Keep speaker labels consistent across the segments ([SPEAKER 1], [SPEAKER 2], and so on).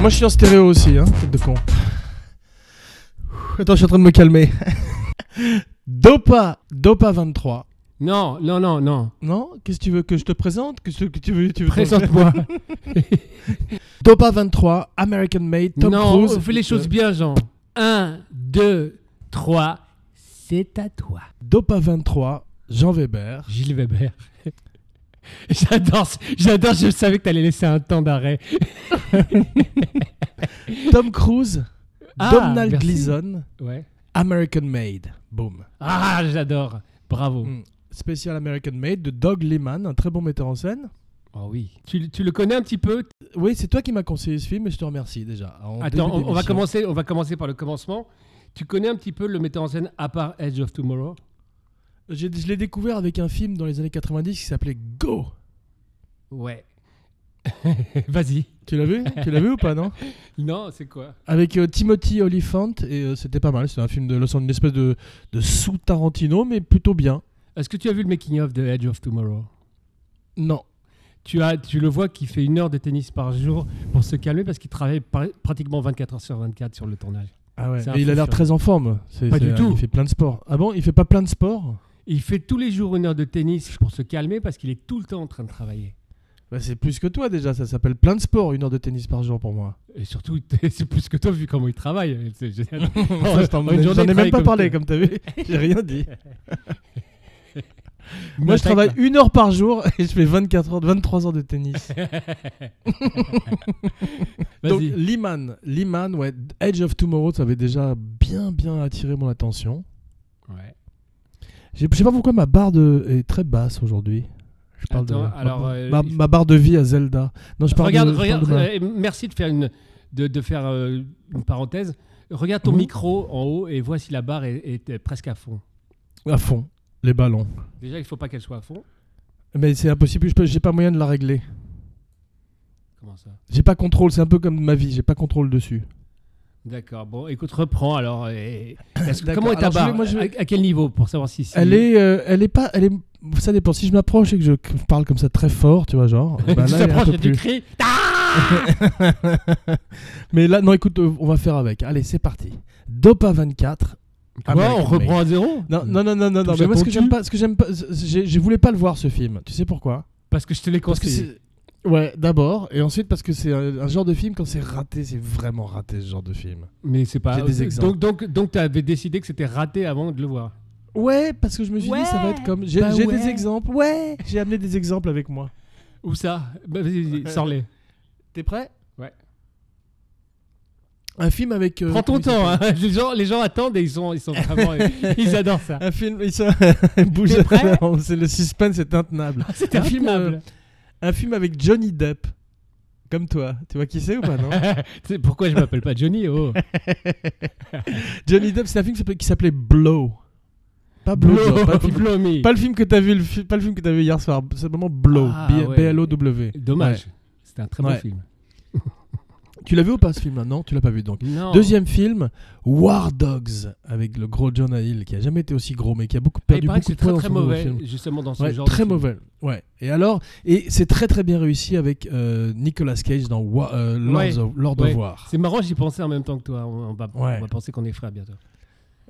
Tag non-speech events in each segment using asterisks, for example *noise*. [SPEAKER 1] Moi, je suis en stéréo aussi, hein, tête de con. Attends, je suis en train de me calmer. *laughs* Dopa, Dopa 23.
[SPEAKER 2] Non, non, non, non.
[SPEAKER 1] Non Qu'est-ce que tu veux que je te présente Qu'est-ce que tu veux, tu veux
[SPEAKER 2] *laughs* Présente-moi.
[SPEAKER 1] *laughs* Dopa 23, American Made, Tom
[SPEAKER 2] *laughs* non,
[SPEAKER 1] Cruise.
[SPEAKER 2] on fait les choses bien, Jean. 1, 2, 3, c'est à toi.
[SPEAKER 1] Dopa 23, Jean Weber.
[SPEAKER 2] Gilles Weber. *laughs* J'adore, ce- j'adore, je savais que t'allais laisser un temps d'arrêt.
[SPEAKER 1] Tom Cruise,
[SPEAKER 2] Ah,
[SPEAKER 1] Donald
[SPEAKER 2] merci.
[SPEAKER 1] Gleason,
[SPEAKER 2] Ouais.
[SPEAKER 1] American Made. Boom.
[SPEAKER 2] Ah, j'adore. Bravo.
[SPEAKER 1] Mm. Spécial American Made de Doug Liman, un très bon metteur en scène.
[SPEAKER 2] Oh oui. Tu, le- tu le connais un petit peu
[SPEAKER 1] Oui, c'est toi qui m'as conseillé ce film et je te remercie déjà. En
[SPEAKER 2] Attends,
[SPEAKER 1] début
[SPEAKER 2] on, on va
[SPEAKER 1] d'émission.
[SPEAKER 2] commencer, on va commencer par le commencement. Tu connais un petit peu le metteur en scène à part Edge of Tomorrow
[SPEAKER 1] J'ai- Je l'ai découvert avec un film dans les années 90 qui s'appelait Go.
[SPEAKER 2] Ouais. *laughs* Vas-y.
[SPEAKER 1] Tu l'as vu Tu l'as vu ou pas, non
[SPEAKER 2] Non, c'est quoi
[SPEAKER 1] Avec euh, Timothy Olyphant, et euh, c'était pas mal. C'était un film de Los Angeles, une espèce de, de sous-Tarantino, mais plutôt bien.
[SPEAKER 2] Est-ce que tu as vu le making-of de Edge of Tomorrow
[SPEAKER 1] Non.
[SPEAKER 2] tu, as, tu le vois qui fait une heure de tennis par jour pour se calmer parce qu'il travaille par- pratiquement 24 heures sur 24 sur le tournage.
[SPEAKER 1] Ah ouais.
[SPEAKER 2] C'est un
[SPEAKER 1] Et il
[SPEAKER 2] fou
[SPEAKER 1] a l'air
[SPEAKER 2] furieux.
[SPEAKER 1] très en forme. C'est-
[SPEAKER 2] Pas
[SPEAKER 1] c'est-
[SPEAKER 2] du tout.
[SPEAKER 1] Il fait plein de sports. Ah bon Il fait pas plein de sports
[SPEAKER 2] Il fait tous les jours une heure de tennis pour se calmer parce qu'il est tout le temps en train de travailler.
[SPEAKER 1] Bah, C'est plus que toi déjà. Ça s'appelle plein de sports, une heure de tennis par jour pour
[SPEAKER 2] *laughs*
[SPEAKER 1] moi.
[SPEAKER 2] Et surtout, c'est plus que toi vu comment il travaille. C'est génial.
[SPEAKER 1] Ça, je t'en-
[SPEAKER 2] En une
[SPEAKER 1] J'en
[SPEAKER 2] journée,
[SPEAKER 1] ai même
[SPEAKER 2] travaille
[SPEAKER 1] pas
[SPEAKER 2] comme
[SPEAKER 1] parlé,
[SPEAKER 2] toi.
[SPEAKER 1] comme t'as vu. J'ai rien dit.
[SPEAKER 2] *laughs* Il
[SPEAKER 1] Moi, je
[SPEAKER 2] m'attaque,
[SPEAKER 1] travaille
[SPEAKER 2] là.
[SPEAKER 1] une heure par jour et je fais 24 heures, 23 heures de tennis. Donc,
[SPEAKER 2] Vas-y.
[SPEAKER 1] Liman, Liman, ouais, Edge of Tomorrow, ça avait déjà bien, bien attiré mon attention.
[SPEAKER 2] Ouais.
[SPEAKER 1] J'ai- Je sais pas pourquoi ma barre de est très basse aujourd'hui. Je parle
[SPEAKER 2] Attends,
[SPEAKER 1] de
[SPEAKER 2] alors,
[SPEAKER 1] ma,
[SPEAKER 2] euh,
[SPEAKER 1] ma-
[SPEAKER 2] il-
[SPEAKER 1] ma barre de vie à Zelda. Non, je parle
[SPEAKER 2] regarde,
[SPEAKER 1] de, je parle
[SPEAKER 2] regarde,
[SPEAKER 1] de ma-
[SPEAKER 2] euh, merci de faire une, de, de faire, euh, une parenthèse. Regarde ton
[SPEAKER 1] Mhm.
[SPEAKER 2] micro en haut et vois si la barre est, est, euh, presque à fond.
[SPEAKER 1] à fond les ballons.
[SPEAKER 2] Déjà, il faut pas qu'elle soit à fond.
[SPEAKER 1] Mais c'est impossible, je peux- j'ai pas moyen de la régler.
[SPEAKER 2] Comment ça
[SPEAKER 1] J'ai pas contrôle, c'est un peu comme ma vie, j'ai pas contrôle dessus.
[SPEAKER 2] D'accord. Bon, écoute, reprends
[SPEAKER 1] *coughs*
[SPEAKER 2] alors. et- est-ce que-
[SPEAKER 1] D'accord,
[SPEAKER 2] comment est ta
[SPEAKER 1] alors, je
[SPEAKER 2] barre
[SPEAKER 1] vais- moi, je vais-
[SPEAKER 2] à, à quel niveau pour savoir si, si-
[SPEAKER 1] Elle
[SPEAKER 2] *laughs*
[SPEAKER 1] est, euh, elle est pas, elle est. Ça dépend. Si je m'approche et que je parle comme ça très fort, tu vois,
[SPEAKER 2] *laughs*
[SPEAKER 1] genre. bah
[SPEAKER 2] tu
[SPEAKER 1] là, elle est un
[SPEAKER 2] t'approches
[SPEAKER 1] peu
[SPEAKER 2] et tu
[SPEAKER 1] plus.
[SPEAKER 2] cries.
[SPEAKER 1] *laughs* Mais là, non, écoute, euh, on va faire avec. Allez, c'est parti. Dopa 24.
[SPEAKER 2] Quoi,
[SPEAKER 1] American
[SPEAKER 2] on
[SPEAKER 1] Made.
[SPEAKER 2] reprend à zéro
[SPEAKER 1] Non, non, non, non, non, non,
[SPEAKER 2] Touche
[SPEAKER 1] Mais
[SPEAKER 2] à
[SPEAKER 1] moi,
[SPEAKER 2] ton
[SPEAKER 1] ce que j'aime
[SPEAKER 2] cul.
[SPEAKER 1] pas, ce que j'aime pas, c'est- j'ai- je voulais pas le voir ce film. Tu sais pourquoi
[SPEAKER 2] Parce que je te l'ai
[SPEAKER 1] Parce que
[SPEAKER 2] conseillé.
[SPEAKER 1] c'est- Ouais, d'abord, et ensuite parce que c'est un, un genre de film, quand c'est raté, c'est vraiment raté ce genre de film.
[SPEAKER 2] Mais c'est pas.
[SPEAKER 1] J'ai des exemples.
[SPEAKER 2] Donc, donc, donc, tu avais décidé que c'était raté avant de le voir.
[SPEAKER 1] Ouais, parce que je me suis
[SPEAKER 2] Ouais,
[SPEAKER 1] dit, ça va être comme. J'ai
[SPEAKER 2] bah
[SPEAKER 1] j'ai
[SPEAKER 2] ouais.
[SPEAKER 1] des exemples, ouais J'ai amené des exemples avec moi.
[SPEAKER 2] Où ça Bah, Vas-y,
[SPEAKER 1] Euh,
[SPEAKER 2] vas-y, sors-les.
[SPEAKER 1] T'es prêt
[SPEAKER 2] Ouais.
[SPEAKER 1] Un film avec. euh,
[SPEAKER 2] Prends
[SPEAKER 1] comment
[SPEAKER 2] ton
[SPEAKER 1] il
[SPEAKER 2] temps,
[SPEAKER 1] s'appelle
[SPEAKER 2] hein. *laughs* les, gens, les gens attendent et ils sont, ils sont
[SPEAKER 1] *laughs*
[SPEAKER 2] vraiment. ils adorent ça.
[SPEAKER 1] Un film. Ils sont... *laughs* Bouge
[SPEAKER 2] T'es prêt
[SPEAKER 1] C'est le suspense est intenable.
[SPEAKER 2] C'était
[SPEAKER 1] Un film, euh,
[SPEAKER 2] *laughs* intenable.
[SPEAKER 1] Un film avec Johnny Depp. Comme toi. Tu vois qui c'est ou pas, non
[SPEAKER 2] Tu sais pourquoi je m'appelle pas Johnny oh.
[SPEAKER 1] *laughs* Johnny Depp, c'est un film qui s'appelait- qui s'appelait Blow. Pas Blow, Job, pas
[SPEAKER 2] *laughs*
[SPEAKER 1] le film
[SPEAKER 2] blow me.
[SPEAKER 1] Pas le film que t'as vu, le fi- pas le film que t'as vu hier soir. C'est vraiment Blow,
[SPEAKER 2] Ah,
[SPEAKER 1] B-
[SPEAKER 2] ouais.
[SPEAKER 1] B-L-O-W.
[SPEAKER 2] Dommage. C'était un très bon
[SPEAKER 1] Ouais.
[SPEAKER 2] film.
[SPEAKER 1] Ouais. Tu l'as vu ou pas ce film-là Non, tu l'as pas vu donc.
[SPEAKER 2] Non.
[SPEAKER 1] Deuxième film, War Dogs, avec le gros Jonah Hill, qui a jamais été aussi gros, mais qui a beaucoup
[SPEAKER 2] Ah, il
[SPEAKER 1] perdu
[SPEAKER 2] paraît que
[SPEAKER 1] beaucoup
[SPEAKER 2] c'est
[SPEAKER 1] de poids
[SPEAKER 2] très
[SPEAKER 1] dans son
[SPEAKER 2] très
[SPEAKER 1] nouveau
[SPEAKER 2] mauvais,
[SPEAKER 1] film.
[SPEAKER 2] justement dans ce
[SPEAKER 1] Ouais,
[SPEAKER 2] genre. de
[SPEAKER 1] très
[SPEAKER 2] film.
[SPEAKER 1] mauvais. Ouais. Et alors, et c'est très très bien réussi avec euh, Nicolas Cage dans Wa- euh, Lords
[SPEAKER 2] Ouais.
[SPEAKER 1] of- Lord
[SPEAKER 2] Ouais.
[SPEAKER 1] of War.
[SPEAKER 2] C'est marrant, j'y pensais en même temps que toi. On on va, on
[SPEAKER 1] Ouais.
[SPEAKER 2] va penser qu'on est frères bientôt.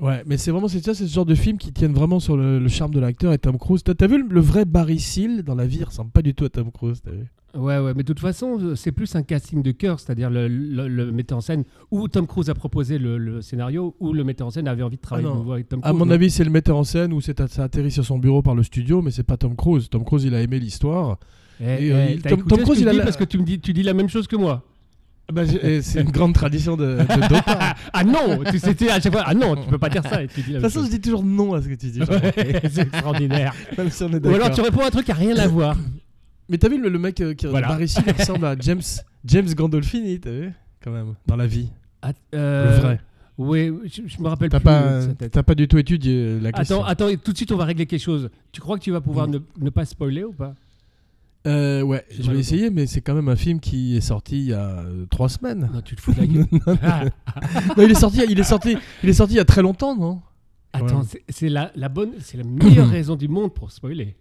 [SPEAKER 1] Ouais, mais c'est vraiment c'est ça, c'est ce genre de film qui tiennent vraiment sur le, le charme de l'acteur et Tom Cruise. T'as t'as vu le, le vrai Barry Seal dans la vie, il ressemble pas du tout à Tom Cruise. T'as vu
[SPEAKER 2] Ouais, ouais, mais de toute façon, c'est plus un casting de cœur, c'est-à-dire le, le- le metteur en scène où Tom Cruise a proposé le, le scénario, où le metteur en scène avait envie de travailler
[SPEAKER 1] Ah
[SPEAKER 2] de
[SPEAKER 1] non.
[SPEAKER 2] nouveau avec Tom
[SPEAKER 1] À
[SPEAKER 2] Cruise.
[SPEAKER 1] mon
[SPEAKER 2] non
[SPEAKER 1] avis, c'est le metteur en scène ou c'est ça atterri sur son bureau par le studio, mais c'est pas Tom Cruise. Tom Cruise, il a aimé l'histoire.
[SPEAKER 2] Eh,
[SPEAKER 1] Et,
[SPEAKER 2] eh,
[SPEAKER 1] euh, il-
[SPEAKER 2] t'as
[SPEAKER 1] Tom-
[SPEAKER 2] écouté
[SPEAKER 1] Tom
[SPEAKER 2] ce que
[SPEAKER 1] Cruise,
[SPEAKER 2] je
[SPEAKER 1] il a
[SPEAKER 2] dis
[SPEAKER 1] la-
[SPEAKER 2] parce que tu me dis, tu dis la même chose que moi.
[SPEAKER 1] Ah bah, et c'est une grande tradition de, *laughs* de Dopa.
[SPEAKER 2] *laughs* Ah non, tu sais, tu- à chaque fois, ah non, tu peux pas dire ça. et tu dis la
[SPEAKER 1] De
[SPEAKER 2] même
[SPEAKER 1] toute façon, je dis toujours non à ce que tu dis.
[SPEAKER 2] chose.
[SPEAKER 1] Jean-Marc.
[SPEAKER 2] *laughs* c'est extraordinaire.
[SPEAKER 1] *laughs* Même si on est
[SPEAKER 2] Ou alors
[SPEAKER 1] d'accord.
[SPEAKER 2] tu réponds à un truc qui a rien à voir.
[SPEAKER 1] Mais t'as vu le, le mec euh, qui
[SPEAKER 2] Voilà.
[SPEAKER 1] Barry Seal il ressemble à James James Gandolfini, t'as vu Quand même, dans la vie,
[SPEAKER 2] Ah,
[SPEAKER 1] le
[SPEAKER 2] euh,
[SPEAKER 1] vrai.
[SPEAKER 2] Oui, je, je me rappelle
[SPEAKER 1] T'as
[SPEAKER 2] plus de
[SPEAKER 1] pas,
[SPEAKER 2] sa tête.
[SPEAKER 1] t'as pas du tout étudié euh, la question.
[SPEAKER 2] Attends, attends, et tout de suite on va régler quelque chose. Tu crois que tu vas pouvoir
[SPEAKER 1] Mm.
[SPEAKER 2] ne, ne pas spoiler ou pas
[SPEAKER 1] Euh, ouais,
[SPEAKER 2] J'ai
[SPEAKER 1] je
[SPEAKER 2] mal
[SPEAKER 1] vais
[SPEAKER 2] au
[SPEAKER 1] essayer, mais c'est quand même un film qui est sorti il y a euh, trois semaines.
[SPEAKER 2] Non, tu te fous de
[SPEAKER 1] *laughs*
[SPEAKER 2] la gueule. Ah,
[SPEAKER 1] Non, il est sorti, il est sorti, il est sorti il y a très longtemps, non *clears throat*
[SPEAKER 2] attends, c'est- c'est la, la bonne, c'est la meilleure raison du monde pour spoiler.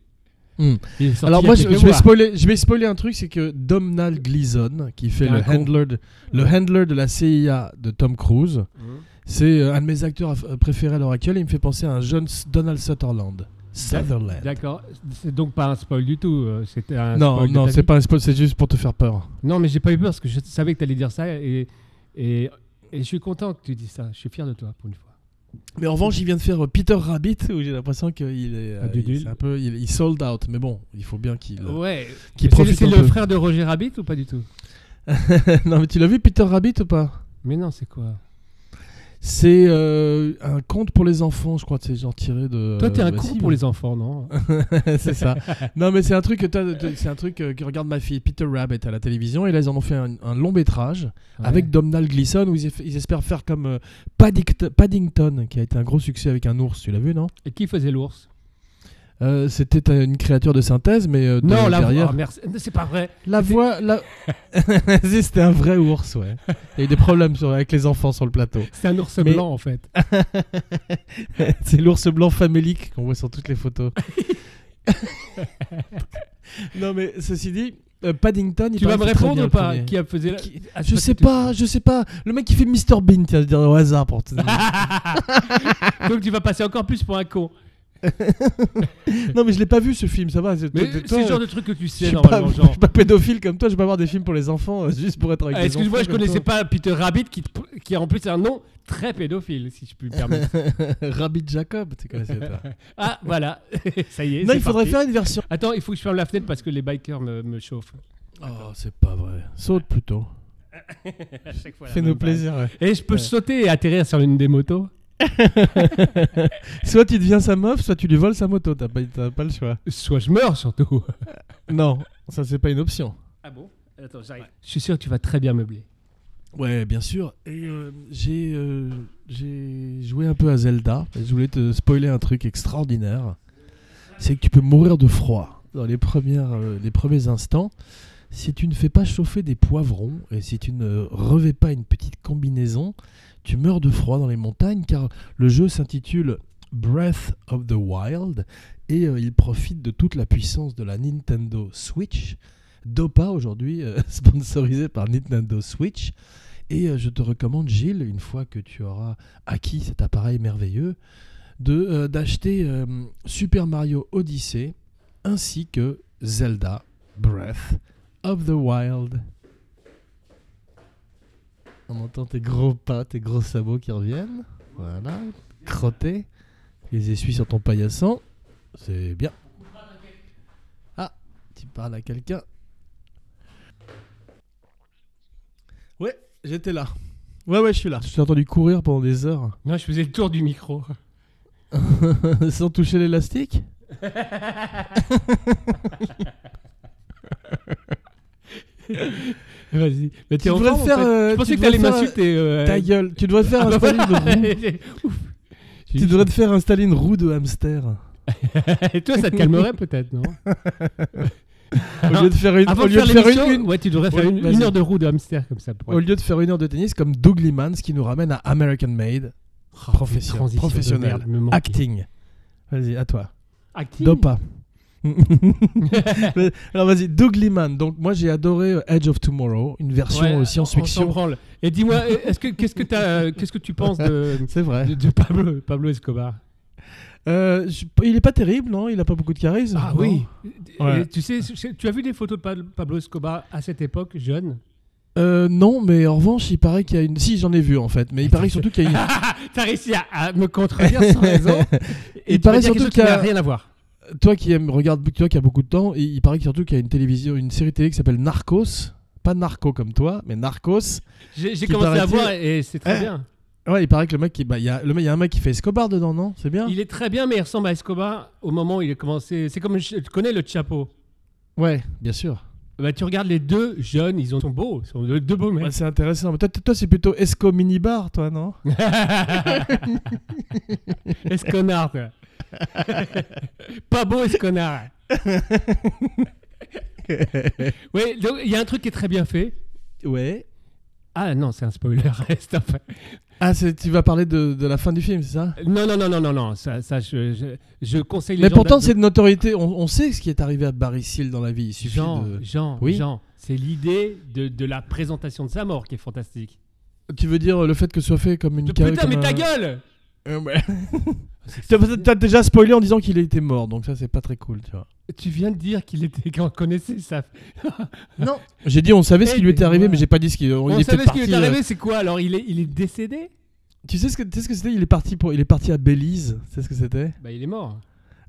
[SPEAKER 1] Hmm.
[SPEAKER 2] Il est sorti
[SPEAKER 1] Alors
[SPEAKER 2] il y a
[SPEAKER 1] moi, je,
[SPEAKER 2] quelques
[SPEAKER 1] je vais
[SPEAKER 2] mois.
[SPEAKER 1] spoiler, je vais spoiler un truc, c'est que Domhnall Gleeson, qui fait
[SPEAKER 2] C'est
[SPEAKER 1] le
[SPEAKER 2] un con.
[SPEAKER 1] handler, de, le handler de la CIA de Tom Cruise,
[SPEAKER 2] Hein
[SPEAKER 1] c'est euh, un de mes acteurs aff- préférés à l'heure actuelle. et Il me fait penser à un jeune S- Donald Sutherland. Sutherland.
[SPEAKER 2] D'accord. C'est donc pas un spoil du tout. euh, C'était un
[SPEAKER 1] Non,
[SPEAKER 2] spoil de
[SPEAKER 1] non,
[SPEAKER 2] ta
[SPEAKER 1] c'est
[SPEAKER 2] vie.
[SPEAKER 1] pas un spoil, c'est juste pour te faire peur.
[SPEAKER 2] Non, mais j'ai pas eu peur parce que je savais que tu allais dire ça et, et, et je suis content que tu dis ça. Je suis fier de toi pour une fois.
[SPEAKER 1] Mais en revanche, il vient de faire euh, Peter Rabbit, où j'ai l'impression qu'il est, euh,
[SPEAKER 2] Ah, du
[SPEAKER 1] il-
[SPEAKER 2] nul.
[SPEAKER 1] c'est un peu, il, il sold out. Mais bon, il faut bien qu'il.
[SPEAKER 2] Ouais.
[SPEAKER 1] Euh, Qui
[SPEAKER 2] Qui
[SPEAKER 1] profite
[SPEAKER 2] C'est
[SPEAKER 1] un
[SPEAKER 2] le
[SPEAKER 1] peu.
[SPEAKER 2] frère de Roger Rabbit ou pas du tout
[SPEAKER 1] *laughs* non, mais tu l'as vu Peter Rabbit ou pas
[SPEAKER 2] Mais non, c'est quoi
[SPEAKER 1] C'est euh, un conte pour les enfants, je crois, c'est genre tiré de.
[SPEAKER 2] Toi, t'es un
[SPEAKER 1] bah,
[SPEAKER 2] con
[SPEAKER 1] si,
[SPEAKER 2] pour
[SPEAKER 1] *laughs* mais-
[SPEAKER 2] les enfants, non
[SPEAKER 1] c'est ça. Non, mais c'est un truc que toi, toi, c'est un truc euh, que regarde ma fille Peter Rabbit à la télévision. Et là, ils en ont fait un, un long métrage avec Domhnall Gleeson où ils, eff- ils espèrent faire comme euh, Paddict- Paddington, qui a été un gros succès avec un ours. Tu l'as vu, non
[SPEAKER 2] Et qui faisait l'ours
[SPEAKER 1] Euh, C'était euh, une créature de synthèse, mais euh, de-
[SPEAKER 2] Non, la
[SPEAKER 1] derrière.
[SPEAKER 2] voix. Ah, Merci. C'est pas vrai.
[SPEAKER 1] La voix, la. *laughs* Si, C'était un vrai ours, ouais. Il y a eu des problèmes sur- avec les enfants sur le plateau.
[SPEAKER 2] C'est un ours
[SPEAKER 1] Mais-
[SPEAKER 2] blanc en fait.
[SPEAKER 1] *laughs* C'est l'ours blanc famélique qu'on voit sur toutes les photos. non mais ceci dit, euh, Paddington, il
[SPEAKER 2] Tu vas me
[SPEAKER 1] paraît que c'est très
[SPEAKER 2] répondre
[SPEAKER 1] bien,
[SPEAKER 2] ou
[SPEAKER 1] le
[SPEAKER 2] pas
[SPEAKER 1] premier.
[SPEAKER 2] Qui a faisait la-
[SPEAKER 1] Qui-
[SPEAKER 2] Ah,
[SPEAKER 1] Je
[SPEAKER 2] c'est
[SPEAKER 1] sais
[SPEAKER 2] toi
[SPEAKER 1] pas, je sais pas. Le mec qui fait Mr Bean, tiens, je dirais au hasard pour te
[SPEAKER 2] *laughs*
[SPEAKER 1] dire.
[SPEAKER 2] qui- *laughs* Donc tu vas passer encore plus pour un con.
[SPEAKER 1] non mais je l'ai pas vu ce film, ça va. c'est-
[SPEAKER 2] Mais
[SPEAKER 1] toi-
[SPEAKER 2] c'est
[SPEAKER 1] toi,
[SPEAKER 2] le genre de truc que tu
[SPEAKER 1] je
[SPEAKER 2] sais
[SPEAKER 1] suis pas,
[SPEAKER 2] normalement,
[SPEAKER 1] je
[SPEAKER 2] genre.
[SPEAKER 1] suis pas pédophile comme toi, je vais pas voir des films pour les enfants euh, juste pour être avec
[SPEAKER 2] Ah,
[SPEAKER 1] des
[SPEAKER 2] Excuse-moi,
[SPEAKER 1] enfants
[SPEAKER 2] je
[SPEAKER 1] comme
[SPEAKER 2] connaissais
[SPEAKER 1] toi.
[SPEAKER 2] pas Peter Rabbit qui, te- qui a en plus un nom très pédophile, si je puis me *laughs* permettre.
[SPEAKER 1] *laughs* Rabbit Jacob, tu connaissais toi.
[SPEAKER 2] ah, voilà, *laughs* ça y est.
[SPEAKER 1] non,
[SPEAKER 2] c'est
[SPEAKER 1] il faudrait
[SPEAKER 2] parti.
[SPEAKER 1] faire une version.
[SPEAKER 2] Attends, il faut que je ferme la fenêtre parce que les bikers me, me chauffent.
[SPEAKER 1] Oh, c'est pas vrai. Saute plutôt.
[SPEAKER 2] *laughs* À chaque fois, la
[SPEAKER 1] Fais-nous
[SPEAKER 2] même blague.
[SPEAKER 1] plaisir.
[SPEAKER 2] *laughs*
[SPEAKER 1] ouais.
[SPEAKER 2] Et je peux sauter et atterrir sur une des motos
[SPEAKER 1] Soit tu deviens sa meuf, soit tu lui voles sa moto. T'as pas, t'as pas le choix.
[SPEAKER 2] Soit je meurs surtout.
[SPEAKER 1] Non, ça c'est pas une option.
[SPEAKER 2] Ah bon Attends, j'arrive. Je suis sûr que tu vas très bien meubler.
[SPEAKER 1] Ouais, bien sûr. Et euh, j'ai euh, j'ai joué un peu à Zelda. Et je voulais te spoiler un truc extraordinaire. C'est que tu peux mourir de froid dans les premières euh, les premiers instants si tu ne fais pas chauffer des poivrons et si tu ne revais pas une petite combinaison. Tu meurs de froid dans les montagnes car le jeu s'intitule Breath of the Wild et euh, il profite de toute la puissance de la Nintendo Switch. Dopa aujourd'hui euh, *laughs* sponsorisé par Nintendo Switch. Et euh, je te recommande, Gilles, une fois que tu auras acquis cet appareil merveilleux, de, euh, d'acheter euh, Super Mario Odyssey ainsi que Zelda Breath of the Wild. On entend tes gros pas, tes gros sabots qui reviennent. Voilà, crottés. Les essuies sur ton paillasson. C'est bien. Ah, tu parles à quelqu'un. Ouais, j'étais là. Ouais, ouais, je suis là. Je t'ai entendu courir pendant des heures
[SPEAKER 2] Non, je faisais le tour du *laughs* micro.
[SPEAKER 1] *laughs* sans toucher l'élastique.
[SPEAKER 2] Vas-y.
[SPEAKER 1] Tu
[SPEAKER 2] Mais t'es en
[SPEAKER 1] devrais
[SPEAKER 2] forme, en
[SPEAKER 1] faire,
[SPEAKER 2] fait.
[SPEAKER 1] euh,
[SPEAKER 2] Je
[SPEAKER 1] tu
[SPEAKER 2] pensais que
[SPEAKER 1] devrais
[SPEAKER 2] t'allais
[SPEAKER 1] faire,
[SPEAKER 2] m'insulter. euh,
[SPEAKER 1] Ta gueule, tu devrais faire
[SPEAKER 2] *laughs* Ah bah
[SPEAKER 1] installer une
[SPEAKER 2] voilà.
[SPEAKER 1] roue.
[SPEAKER 2] Ouf.
[SPEAKER 1] Tu devrais te faire installer une roue de hamster.
[SPEAKER 2] *laughs* Et toi, ça te calmerait peut-être, *laughs* non Ah,
[SPEAKER 1] Au lieu de faire une,
[SPEAKER 2] Avant
[SPEAKER 1] au
[SPEAKER 2] de
[SPEAKER 1] lieu
[SPEAKER 2] faire
[SPEAKER 1] de faire
[SPEAKER 2] l'émission,
[SPEAKER 1] une, une-
[SPEAKER 2] ouais, tu devrais
[SPEAKER 1] Ouais,
[SPEAKER 2] faire une,
[SPEAKER 1] vas-y.
[SPEAKER 2] une heure de roue de hamster comme ça. Pour
[SPEAKER 1] au lieu de faire une heure de tennis comme Doug Liman, ce qui nous ramène à American Made
[SPEAKER 2] Oh,
[SPEAKER 1] profession-
[SPEAKER 2] transition de
[SPEAKER 1] professionnel.
[SPEAKER 2] merde, me manque.
[SPEAKER 1] Acting. Vas-y, à toi.
[SPEAKER 2] Acting.
[SPEAKER 1] Dopa. *laughs* Alors vas-y, Doug Liman. Donc moi j'ai adoré euh, Edge of Tomorrow, une version
[SPEAKER 2] Ouais,
[SPEAKER 1] euh,
[SPEAKER 2] on s'en
[SPEAKER 1] science-fiction.
[SPEAKER 2] branle. Et dis-moi, *laughs* est-ce que qu'est-ce que t'as- qu'est-ce que tu penses de,
[SPEAKER 1] C'est vrai.
[SPEAKER 2] de, de Pablo, Pablo Escobar
[SPEAKER 1] Euh, je- il est pas terrible, non Il a pas beaucoup de charisme.
[SPEAKER 2] Ah
[SPEAKER 1] non
[SPEAKER 2] Et
[SPEAKER 1] Ouais.
[SPEAKER 2] Tu sais, je- tu as vu des photos de Pa- Pablo Escobar à cette époque, jeune
[SPEAKER 1] Euh, non, mais en revanche, il paraît qu'il y a une. Si, j'en ai vu en fait, mais il paraît surtout qu'il y a une.
[SPEAKER 2] *laughs* T'as réussi à, à me contredire *laughs*
[SPEAKER 1] *laughs*
[SPEAKER 2] sans raison. Et
[SPEAKER 1] Il
[SPEAKER 2] tu vas
[SPEAKER 1] paraît
[SPEAKER 2] dire
[SPEAKER 1] surtout
[SPEAKER 2] quelque chose qui
[SPEAKER 1] qu'il y a-
[SPEAKER 2] n'a rien à voir.
[SPEAKER 1] Toi qui aimes, regarde, toi qui a beaucoup de temps, il, il paraît surtout qu'il y a une télévision, une série télé qui s'appelle Narcos. Pas Narco comme toi, mais Narcos.
[SPEAKER 2] J'ai j'ai
[SPEAKER 1] Qui Eh.
[SPEAKER 2] commencé à
[SPEAKER 1] paraît-il-
[SPEAKER 2] voir et c'est très bien.
[SPEAKER 1] Ouais, il paraît que le mec, qui- bah, il y, a, le mec, il y a un mec qui fait Escobar dedans, non C'est bien
[SPEAKER 2] Il est très bien, mais il ressemble à Escobar au moment où il a commencé. C'est comme je tu connais le Chapeau.
[SPEAKER 1] Ouais, bien sûr.
[SPEAKER 2] Bah, tu regardes les deux jeunes, ils ont- sont beaux, ils sont deux, deux beaux
[SPEAKER 1] Ouais,
[SPEAKER 2] mecs.
[SPEAKER 1] c'est intéressant. Mais toi, toi, c'est plutôt Esco Minibar, toi, non
[SPEAKER 2] *laughs* Est-ce connard toi.
[SPEAKER 1] *laughs*
[SPEAKER 2] Pas beau, est-ce connard Oui, donc il y a un truc qui est très bien fait.
[SPEAKER 1] Ouais.
[SPEAKER 2] Ah non, c'est un spoiler, *laughs* reste enfin.
[SPEAKER 1] Ah, c'est- tu vas parler de, de la fin du film, c'est ça
[SPEAKER 2] Non, non, non, non, non, non. Ça, ça, je, je- je conseille les
[SPEAKER 1] Mais
[SPEAKER 2] gens
[SPEAKER 1] pourtant,
[SPEAKER 2] d'a-
[SPEAKER 1] c'est de notoriété. On, on sait ce qui est arrivé à Barry Seal dans la vie. Il suffit
[SPEAKER 2] Jean,
[SPEAKER 1] de-
[SPEAKER 2] Jean,
[SPEAKER 1] Oui.
[SPEAKER 2] Jean, c'est l'idée de, de la présentation de sa mort qui est fantastique.
[SPEAKER 1] Tu veux dire euh, le fait que ce soit fait comme une ca-
[SPEAKER 2] Putain,
[SPEAKER 1] comme
[SPEAKER 2] mais
[SPEAKER 1] un-
[SPEAKER 2] ta gueule
[SPEAKER 1] Euh, ouais.
[SPEAKER 2] Ah,
[SPEAKER 1] T'as t'as déjà spoilé en disant qu'il était mort, donc ça c'est pas très cool, tu vois.
[SPEAKER 2] Tu viens de dire qu'il était *laughs* qu'on connaissait ça.
[SPEAKER 1] Non. J'ai dit on savait ce
[SPEAKER 2] Eh,
[SPEAKER 1] qui lui était
[SPEAKER 2] mais
[SPEAKER 1] arrivé,
[SPEAKER 2] voilà.
[SPEAKER 1] mais j'ai pas dit ce qui. on-
[SPEAKER 2] On
[SPEAKER 1] il est
[SPEAKER 2] savait
[SPEAKER 1] peut-être
[SPEAKER 2] ce qui lui
[SPEAKER 1] parti.
[SPEAKER 2] est
[SPEAKER 1] euh,
[SPEAKER 2] arrivé, c'est quoi Alors, il est, il est décédé
[SPEAKER 1] Tu sais ce que tu sais ce que c'était Il est parti pour, il est parti à Belize. Tu sais ce que c'était
[SPEAKER 2] Bah, il est mort.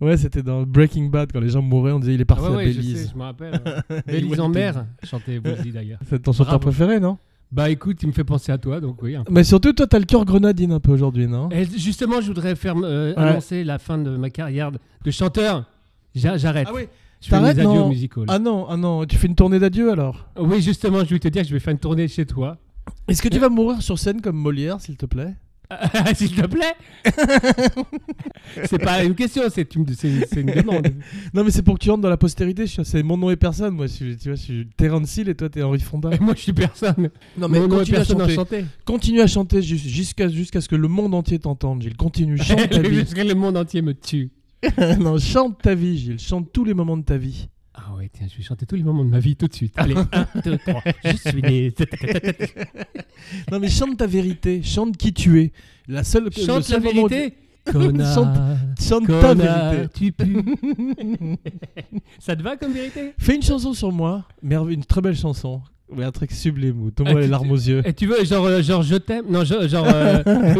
[SPEAKER 1] Ouais, c'était dans Breaking Bad quand les gens mouraient, on disait il est parti
[SPEAKER 2] ah ouais,
[SPEAKER 1] à
[SPEAKER 2] ouais, je sais,
[SPEAKER 1] Belize.
[SPEAKER 2] je
[SPEAKER 1] *laughs*
[SPEAKER 2] me rappelle. ouais. Belize en mer, chantait Woolsey d'ailleurs.
[SPEAKER 1] C'est ton chanteur
[SPEAKER 2] Bravo.
[SPEAKER 1] préféré, non
[SPEAKER 2] Bah, écoute, il me fait penser à toi, donc oui. un peu.
[SPEAKER 1] Mais surtout, toi, t'as le cœur grenadine un peu aujourd'hui, non
[SPEAKER 2] Et justement, je voudrais faire euh,
[SPEAKER 1] Ouais.
[SPEAKER 2] annoncer la fin de ma carrière de chanteur. J'a- J'arrête.
[SPEAKER 1] Ah oui.
[SPEAKER 2] je fais
[SPEAKER 1] t'arrêtes,
[SPEAKER 2] mes adieux
[SPEAKER 1] non
[SPEAKER 2] musicaux. là.
[SPEAKER 1] Ah non, ah non, tu fais une tournée d'adieu alors
[SPEAKER 2] Oui, justement, je vais te dire que je vais faire une tournée chez toi. *laughs*
[SPEAKER 1] Est-ce que tu
[SPEAKER 2] Euh.
[SPEAKER 1] vas mourir sur scène comme Molière, s'il te plaît
[SPEAKER 2] S'il
[SPEAKER 1] *laughs*
[SPEAKER 2] te plaît. c'est pas une question, c'est une, c'est une- c'est une
[SPEAKER 1] *laughs*
[SPEAKER 2] demande.
[SPEAKER 1] Non, mais c'est pour que tu rentres dans la postérité. je- C'est mon nom et personne. Moi, je suis, tu vois, je suis Terence Hill et toi, t'es Henri Fonda.
[SPEAKER 2] Et moi, je suis personne.
[SPEAKER 1] Non,
[SPEAKER 2] Mon nom est personne en chanter.
[SPEAKER 1] Continue à chanter jus- jusqu'à jusqu'à ce que le monde entier t'entende, Gilles. *laughs* Continue, *laughs* chante
[SPEAKER 2] *laughs*
[SPEAKER 1] ta vie.
[SPEAKER 2] Parce que le monde entier me tue.
[SPEAKER 1] non, chante ta vie, Gilles. Chante tous les moments de ta vie.
[SPEAKER 2] Ah ouais, tiens, je vais chanter tous les moments de ma vie tout de suite.
[SPEAKER 1] *laughs*
[SPEAKER 2] Allez, 1, 2, 3. Je suis né.
[SPEAKER 1] Non, mais chante ta vérité. Chante qui tu es. La seule le
[SPEAKER 2] Chante la
[SPEAKER 1] seul moment où-
[SPEAKER 2] vérité.
[SPEAKER 1] Connard, Chante ta
[SPEAKER 2] Connard,
[SPEAKER 1] vérité. *laughs*
[SPEAKER 2] tu pues. Ça te va comme vérité
[SPEAKER 1] Fais une chanson sur moi. Merve- Une très belle chanson. Ouais, un truc sublime. où Donne-moi
[SPEAKER 2] Ah,
[SPEAKER 1] les
[SPEAKER 2] tu-
[SPEAKER 1] larmes aux *laughs* yeux.
[SPEAKER 2] Et tu veux, genre, euh, genre je t'aime Non, je- genre.
[SPEAKER 1] *laughs*
[SPEAKER 2] euh,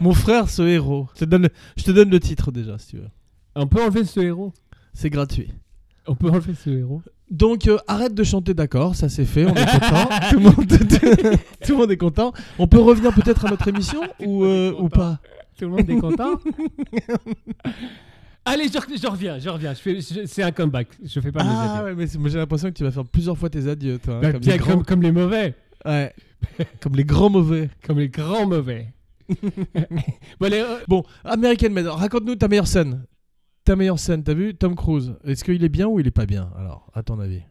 [SPEAKER 1] Mon frère, ce héros. Je te donne le, je te donne le titre déjà, si tu veux.
[SPEAKER 2] on peut enlever ce héros.
[SPEAKER 1] C'est gratuit.
[SPEAKER 2] On peut enlever ce héros.
[SPEAKER 1] Donc euh, arrête de chanter d'accord, ça c'est fait, on est content. tout, le monde, tout le monde est content. On peut revenir peut-être à notre émission ou, euh, ou pas
[SPEAKER 2] Tout le monde est content. *laughs* Allez, je, je reviens, je reviens. Je fais- je- c'est un comeback. Je fais pas mes
[SPEAKER 1] Ah
[SPEAKER 2] adieux.
[SPEAKER 1] ouais, mais c'est- moi, j'ai l'impression que tu vas faire plusieurs fois tes adieux, toi. hein,
[SPEAKER 2] Bah,
[SPEAKER 1] comme,
[SPEAKER 2] bien
[SPEAKER 1] les
[SPEAKER 2] comme,
[SPEAKER 1] grands,
[SPEAKER 2] comme les mauvais,
[SPEAKER 1] *laughs* ouais, comme les grands mauvais.
[SPEAKER 2] comme les
[SPEAKER 1] *laughs*
[SPEAKER 2] grands mauvais. bon, allez, euh,
[SPEAKER 1] Bon, American Made, raconte-nous ta meilleure scène. Ta meilleure scène, t'as vu Tom Cruise. Est-ce qu'il est bien ou il est pas bien Alors, à ton avis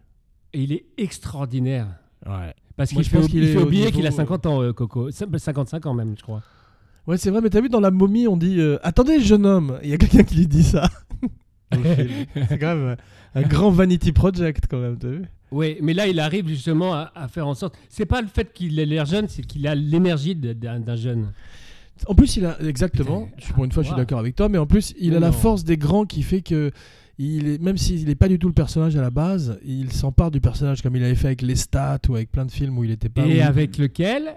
[SPEAKER 2] il est extraordinaire.
[SPEAKER 1] Ouais.
[SPEAKER 2] Parce
[SPEAKER 1] Moi,
[SPEAKER 2] qu'il
[SPEAKER 1] je
[SPEAKER 2] faut,
[SPEAKER 1] pense qu'il
[SPEAKER 2] il
[SPEAKER 1] est
[SPEAKER 2] faut
[SPEAKER 1] au
[SPEAKER 2] oublier
[SPEAKER 1] niveau,
[SPEAKER 2] qu'il a
[SPEAKER 1] euh,
[SPEAKER 2] 50 ans, euh, Coco. Cin- 55 ans même, je crois.
[SPEAKER 1] Ouais, c'est vrai, mais t'as vu dans La momie, on dit euh, Attendez, jeune homme Il y a quelqu'un qui lui dit ça. *laughs* c'est quand même un grand Vanity Project, quand même, t'as vu
[SPEAKER 2] Oui, mais là, il arrive justement à, à faire en sorte. C'est pas le fait qu'il ait l'air jeune, c'est qu'il a l'énergie de- d'un d'un jeune.
[SPEAKER 1] En plus, il a exactement.
[SPEAKER 2] Putain,
[SPEAKER 1] je suis- pour une fois, je suis
[SPEAKER 2] waouh.
[SPEAKER 1] d'accord avec toi, mais en plus, il
[SPEAKER 2] Mais
[SPEAKER 1] a la
[SPEAKER 2] non.
[SPEAKER 1] force des grands qui fait que il est, même s'il n'est pas du tout le personnage à la base, il s'empare du personnage comme il avait fait avec les stats ou avec plein de films où il était pas.
[SPEAKER 2] Et
[SPEAKER 1] où-
[SPEAKER 2] avec lequel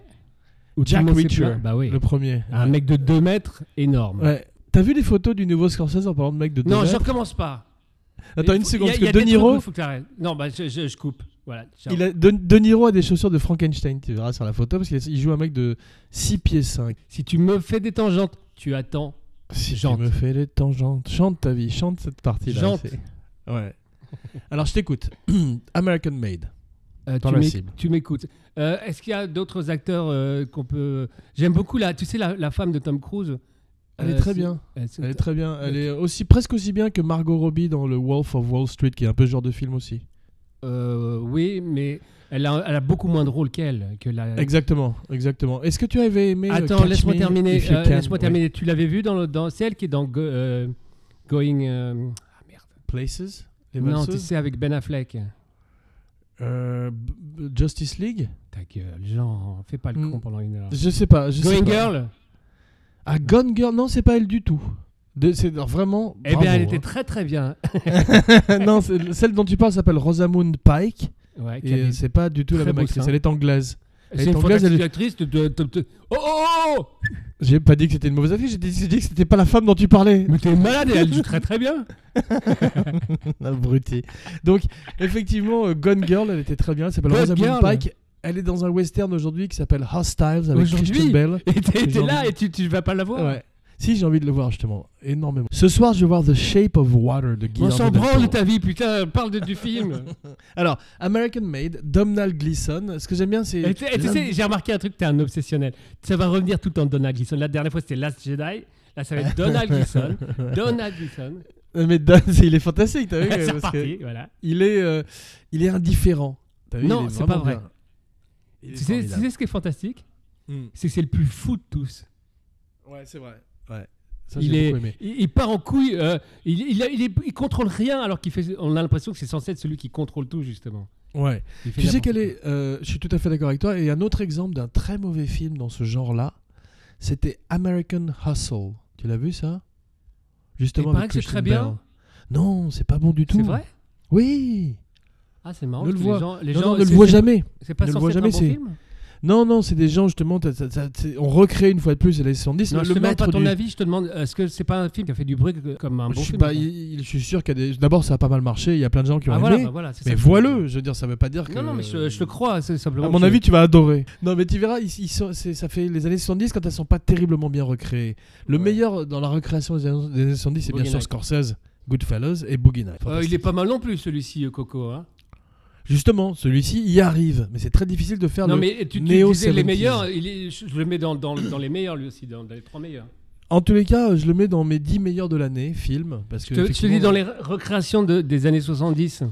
[SPEAKER 2] où tout
[SPEAKER 1] Bah Jack
[SPEAKER 2] le monde s'est
[SPEAKER 1] Reacher,
[SPEAKER 2] plaint. Bah oui.
[SPEAKER 1] le premier.
[SPEAKER 2] Un mec de 2 mètres énorme.
[SPEAKER 1] Ouais. T'as vu les photos du nouveau Scorsese en parlant de mec de deux
[SPEAKER 2] Non, je
[SPEAKER 1] mètres
[SPEAKER 2] recommence pas.
[SPEAKER 1] Attends une
[SPEAKER 2] Il faut-
[SPEAKER 1] seconde,
[SPEAKER 2] il y a-
[SPEAKER 1] parce
[SPEAKER 2] il y
[SPEAKER 1] que
[SPEAKER 2] a
[SPEAKER 1] De
[SPEAKER 2] des trucs où
[SPEAKER 1] Niro,
[SPEAKER 2] il faut que t'arrêtes. Non, bah, je, je- je coupe. Voilà. ciao.
[SPEAKER 1] il a, de, De Niro a des chaussures de Frankenstein, tu verras sur la photo, parce qu'il il joue un mec de 6 pieds 5.
[SPEAKER 2] Si tu me fais des tangentes, tu attends.
[SPEAKER 1] Si
[SPEAKER 2] Jante.
[SPEAKER 1] tu me fais les tangentes, chante ta vie, chante cette partie-là.
[SPEAKER 2] Jante.
[SPEAKER 1] c'est- Ouais. Alors je t'écoute. *clears throat* American Made.
[SPEAKER 2] Euh,
[SPEAKER 1] Dans
[SPEAKER 2] tu
[SPEAKER 1] la
[SPEAKER 2] m'éc-
[SPEAKER 1] cible.
[SPEAKER 2] tu m'écoutes. Euh, Est-ce qu'il y a d'autres acteurs euh, qu'on peut. J'aime beaucoup la. Tu sais, la, la femme de Tom Cruise.
[SPEAKER 1] Elle
[SPEAKER 2] Euh,
[SPEAKER 1] est très
[SPEAKER 2] c'est-
[SPEAKER 1] bien.
[SPEAKER 2] elle, c'est-
[SPEAKER 1] Elle est très bien. Elle est aussi presque aussi bien que Margot Robbie dans le Wolf of Wall Street, qui est un peu ce genre de film aussi.
[SPEAKER 2] Euh, oui, mais elle a, elle a beaucoup moins de rôles qu'elle. Que la...
[SPEAKER 1] Exactement, exactement. Est-ce que tu avais aimé euh,
[SPEAKER 2] Attends,
[SPEAKER 1] Catch
[SPEAKER 2] laisse-moi
[SPEAKER 1] Me
[SPEAKER 2] terminer.
[SPEAKER 1] If You
[SPEAKER 2] euh,
[SPEAKER 1] Can
[SPEAKER 2] laisse-moi
[SPEAKER 1] Oui.
[SPEAKER 2] terminer. Tu l'avais vu dans le. Dans... C'est elle qui est dans Go- euh, Going. euh, Ah merde.
[SPEAKER 1] Places, les
[SPEAKER 2] Non, tu
[SPEAKER 1] valseuses
[SPEAKER 2] sais, avec Ben Affleck.
[SPEAKER 1] Euh, B- B- Justice League.
[SPEAKER 2] Ta gueule, Jean, fais pas le
[SPEAKER 1] Mm.
[SPEAKER 2] con pendant une heure.
[SPEAKER 1] Je sais pas. Je sais
[SPEAKER 2] Going
[SPEAKER 1] pas.
[SPEAKER 2] Girl
[SPEAKER 1] Ah Gone Girl. Non, c'est pas elle du tout. De- C'est vraiment.
[SPEAKER 2] Eh
[SPEAKER 1] bravo,
[SPEAKER 2] bien, elle était
[SPEAKER 1] hein.
[SPEAKER 2] très très bien.
[SPEAKER 1] *laughs* non, c'est- celle dont tu parles s'appelle Rosamund Pike.
[SPEAKER 2] Ouais,
[SPEAKER 1] Et
[SPEAKER 2] qu'elle
[SPEAKER 1] euh,
[SPEAKER 2] est-
[SPEAKER 1] c'est pas du tout la
[SPEAKER 2] très
[SPEAKER 1] même
[SPEAKER 2] beau
[SPEAKER 1] actrice.
[SPEAKER 2] sein.
[SPEAKER 1] Elle est anglaise. elle
[SPEAKER 2] c'est
[SPEAKER 1] est
[SPEAKER 2] une
[SPEAKER 1] anglaise,
[SPEAKER 2] fantastique
[SPEAKER 1] elle-
[SPEAKER 2] actrice de, de- de- de- Oh, oh, oh
[SPEAKER 1] J'ai pas dit que c'était une mauvaise actrice. J'ai dit, j'ai dit que c'était pas la femme dont tu
[SPEAKER 2] *laughs*
[SPEAKER 1] parlais. *laughs*
[SPEAKER 2] Mais t'es malade, et elle joue très très *laughs* bien.
[SPEAKER 1] Abruti. Donc, effectivement, euh, Gone Girl, elle était très bien. Elle s'appelle
[SPEAKER 2] Gone
[SPEAKER 1] Rosamund
[SPEAKER 2] Girl.
[SPEAKER 1] Pike. Elle est dans un western aujourd'hui qui s'appelle Hostiles avec
[SPEAKER 2] Aujourd'hui
[SPEAKER 1] Christian Bell.
[SPEAKER 2] Et t'es t'es
[SPEAKER 1] Genre-
[SPEAKER 2] là et tu, tu vas pas la voir.
[SPEAKER 1] Ouais. Si, j'ai envie de le voir justement. Énormément. Ce soir, je vais voir The Shape of Water de Guillermo
[SPEAKER 2] On s'en
[SPEAKER 1] del
[SPEAKER 2] branle de
[SPEAKER 1] Toro.
[SPEAKER 2] ta vie, putain, parle de- du film.
[SPEAKER 1] Alors, American Made, Domhnall Gleeson. Ce que j'aime bien, c'est.
[SPEAKER 2] *laughs* Et tu- et tu
[SPEAKER 1] l'un-
[SPEAKER 2] sais, j'ai remarqué un truc, t'es un obsessionnel. Ça va revenir tout le temps Donald Gleason. La dernière fois, c'était Last Jedi. Là, ça va être
[SPEAKER 1] *laughs*
[SPEAKER 2] Donald *laughs* Gleason. Donald Gleason.
[SPEAKER 1] Euh, Mais Don- il est fantastique, t'as vu
[SPEAKER 2] *laughs* C'est
[SPEAKER 1] parce que
[SPEAKER 2] reparti, voilà.
[SPEAKER 1] Il est, euh, il est indifférent. T'as vu, il
[SPEAKER 2] Non,
[SPEAKER 1] est
[SPEAKER 2] c'est pas
[SPEAKER 1] vraiment
[SPEAKER 2] vrai.
[SPEAKER 1] bien. Il est
[SPEAKER 2] Tu sais, tu
[SPEAKER 1] formidable.
[SPEAKER 2] sais ce qui est fantastique
[SPEAKER 1] Hmm.
[SPEAKER 2] c'est que c'est le plus fou de tous.
[SPEAKER 1] Ouais, c'est vrai. Ouais. Ça,
[SPEAKER 2] il,
[SPEAKER 1] j'ai
[SPEAKER 2] est,
[SPEAKER 1] beaucoup aimé.
[SPEAKER 2] il, il part en couille, euh, il, il, a- il est- il contrôle rien alors qu'il fait. On a l'impression que c'est censé être celui qui contrôle tout justement.
[SPEAKER 1] Ouais.
[SPEAKER 2] Il fait
[SPEAKER 1] Tu sais
[SPEAKER 2] n'importe
[SPEAKER 1] quel est euh, Je suis tout à fait d'accord avec toi. Et un autre exemple d'un très mauvais film dans ce genre-là, c'était American Hustle. Tu l'as vu ça Justement.
[SPEAKER 2] Il paraît
[SPEAKER 1] avec
[SPEAKER 2] que c'est
[SPEAKER 1] Christian
[SPEAKER 2] très bien.
[SPEAKER 1] Bale. Non, c'est pas bon du
[SPEAKER 2] quoi.
[SPEAKER 1] tout.
[SPEAKER 2] C'est vrai
[SPEAKER 1] Oui.
[SPEAKER 2] Ah c'est marrant.
[SPEAKER 1] Ne
[SPEAKER 2] parce
[SPEAKER 1] le
[SPEAKER 2] que
[SPEAKER 1] vois-
[SPEAKER 2] les gens, les
[SPEAKER 1] non,
[SPEAKER 2] gens-
[SPEAKER 1] non, ne le
[SPEAKER 2] c'est-
[SPEAKER 1] vois
[SPEAKER 2] c'est-
[SPEAKER 1] jamais.
[SPEAKER 2] C'est pas
[SPEAKER 1] Ne le
[SPEAKER 2] censé
[SPEAKER 1] vois
[SPEAKER 2] être
[SPEAKER 1] jamais,
[SPEAKER 2] un bon
[SPEAKER 1] c'est-
[SPEAKER 2] film.
[SPEAKER 1] Non, non, c'est des gens justement. t'as- t'as- t'as- t'as- on recrée une fois de plus les années 70.
[SPEAKER 2] Non,
[SPEAKER 1] mais
[SPEAKER 2] je
[SPEAKER 1] le
[SPEAKER 2] te demande
[SPEAKER 1] maître
[SPEAKER 2] pas ton
[SPEAKER 1] du-
[SPEAKER 2] avis. Je te demande est-ce que c'est pas un film qui a fait du bruit que- comme un bon
[SPEAKER 1] je suis
[SPEAKER 2] film
[SPEAKER 1] pas-
[SPEAKER 2] quoi.
[SPEAKER 1] il- il- je suis sûr qu'il y a des. D'abord, ça a pas mal marché. Il y a plein de gens qui ont
[SPEAKER 2] Ah,
[SPEAKER 1] aimé.
[SPEAKER 2] voilà, bah voilà, c'est
[SPEAKER 1] mais
[SPEAKER 2] ça.
[SPEAKER 1] vois-le. Je veux dire, ça veut pas dire que.
[SPEAKER 2] Non non mais je, je le crois c'est simplement.
[SPEAKER 1] À mon
[SPEAKER 2] que-
[SPEAKER 1] avis, tu vas adorer. Non, mais tu verras, ils- ils sont- c'est- ça fait les années 70 quand elles sont pas terriblement bien recréées. Le
[SPEAKER 2] Ouais.
[SPEAKER 1] meilleur dans la recréation des années des années 70, c'est bien
[SPEAKER 2] Boogie
[SPEAKER 1] sûr
[SPEAKER 2] Nights.
[SPEAKER 1] Scorsese, Goodfellas et Boogie Nights.
[SPEAKER 2] Euh, il est pas mal non plus celui-ci euh, Coco. hein.
[SPEAKER 1] Justement, celui-ci y arrive, mais c'est très difficile de faire
[SPEAKER 2] Non
[SPEAKER 1] le-
[SPEAKER 2] mais tu, tu
[SPEAKER 1] Néo
[SPEAKER 2] disais les
[SPEAKER 1] 70s.
[SPEAKER 2] meilleurs. il est- je je le mets dans, dans, dans les meilleurs lui aussi dans, dans les trois meilleurs.
[SPEAKER 1] En tous les cas, je le mets dans mes 10 meilleurs de l'année, film. Parce que
[SPEAKER 2] Je te- je te
[SPEAKER 1] effectivement-
[SPEAKER 2] dis dans les recréations de- des années 70.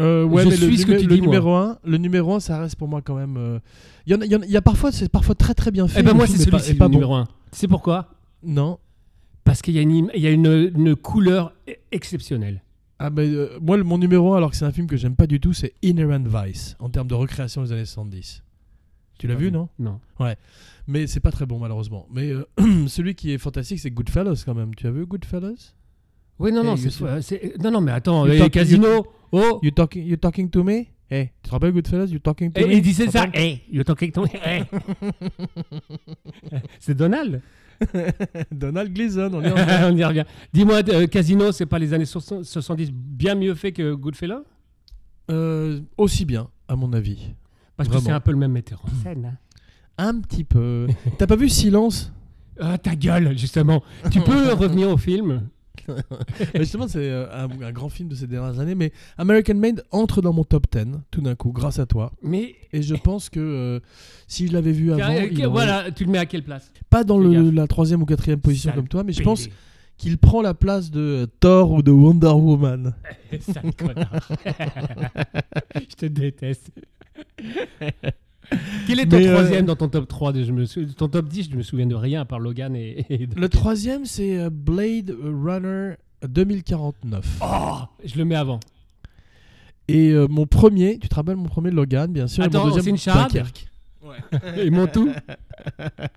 [SPEAKER 1] Euh, ouais,
[SPEAKER 2] Je
[SPEAKER 1] mais le,
[SPEAKER 2] suis ce que
[SPEAKER 1] numé-
[SPEAKER 2] tu
[SPEAKER 1] le
[SPEAKER 2] dis, moi.
[SPEAKER 1] numéro 1, le numéro 1, ça reste pour moi quand même. euh, Il y, en a- il y en a- il y a parfois, c'est parfois très très bien fait.
[SPEAKER 2] Eh ben
[SPEAKER 1] le
[SPEAKER 2] moi c'est
[SPEAKER 1] film est
[SPEAKER 2] celui-ci
[SPEAKER 1] est pas
[SPEAKER 2] le
[SPEAKER 1] bon.
[SPEAKER 2] numéro 1. C'est pourquoi
[SPEAKER 1] Non.
[SPEAKER 2] Parce qu'il y a une, im- il y a une, une couleur e- exceptionnelle.
[SPEAKER 1] Ah ben, euh, moi, le- mon numéro 1, alors que c'est un film que j'aime pas du tout, c'est Inherent Vice, en termes de recréation des années 70. Tu l'as
[SPEAKER 2] Pas
[SPEAKER 1] vu,
[SPEAKER 2] vu.
[SPEAKER 1] non
[SPEAKER 2] Non.
[SPEAKER 1] Mais c'est pas très bon, malheureusement. Mais euh, *clears throat* celui qui est fantastique, c'est Goodfellas, quand même. Tu as vu Goodfellas
[SPEAKER 2] Oui, non,
[SPEAKER 1] Eh,
[SPEAKER 2] non,
[SPEAKER 1] you
[SPEAKER 2] c'est,
[SPEAKER 1] talk-
[SPEAKER 2] c'est- non, non, mais attends,
[SPEAKER 1] You
[SPEAKER 2] les
[SPEAKER 1] talk-
[SPEAKER 2] casinos, oh,
[SPEAKER 1] You talking, you talking to me Hey, tu te rappelles Goodfellas You talking to
[SPEAKER 2] et
[SPEAKER 1] me
[SPEAKER 2] Eh, il disait ça,
[SPEAKER 1] Attends.
[SPEAKER 2] hey, you talking to me, hey. c'est Donald.
[SPEAKER 1] *laughs* Donald Gleason, on est en-
[SPEAKER 2] On y revient. Dis-moi, euh, Casino, c'est pas les années 60 70 bien mieux fait que Goodfellas
[SPEAKER 1] Euh, Aussi bien, à mon avis.
[SPEAKER 2] Parce que
[SPEAKER 1] Vraiment.
[SPEAKER 2] c'est un peu le même metteur en scène. hein.
[SPEAKER 1] Un petit
[SPEAKER 2] *laughs*
[SPEAKER 1] peu. T'as pas vu Silence
[SPEAKER 2] Ah, ta gueule, justement. Tu peux revenir au film
[SPEAKER 1] *laughs* Mais Justement, c'est euh, un, un grand film de ces dernières années. Mais American Made entre dans mon top 10, tout d'un coup, grâce à toi.
[SPEAKER 2] mais
[SPEAKER 1] Et je pense que euh, si je l'avais vu avant,
[SPEAKER 2] euh,
[SPEAKER 1] il aurait-
[SPEAKER 2] voilà, tu le mets à quelle place
[SPEAKER 1] pas dans
[SPEAKER 2] Fais
[SPEAKER 1] le,
[SPEAKER 2] gaffe.
[SPEAKER 1] la troisième ou quatrième position
[SPEAKER 2] Sale
[SPEAKER 1] comme toi, mais je pense
[SPEAKER 2] PD.
[SPEAKER 1] qu'il prend la place de euh, Thor ou de Wonder Woman.
[SPEAKER 2] *laughs* Sale connard. je te *laughs* déteste. Quel est ton
[SPEAKER 1] Mais, euh,
[SPEAKER 2] troisième dans ton top 3 de- je me sou- Ton top 10, je me souviens de rien à part Logan et. et-
[SPEAKER 1] Le troisième, c'est euh, Blade Runner 2049.
[SPEAKER 2] Oh, je le mets avant.
[SPEAKER 1] Et euh, mon premier, tu te rappelles mon premier Logan, bien sûr. et
[SPEAKER 2] Attends,
[SPEAKER 1] mon deuxième,
[SPEAKER 2] c'est une charade
[SPEAKER 1] Dunkerque.
[SPEAKER 2] Et mon tout.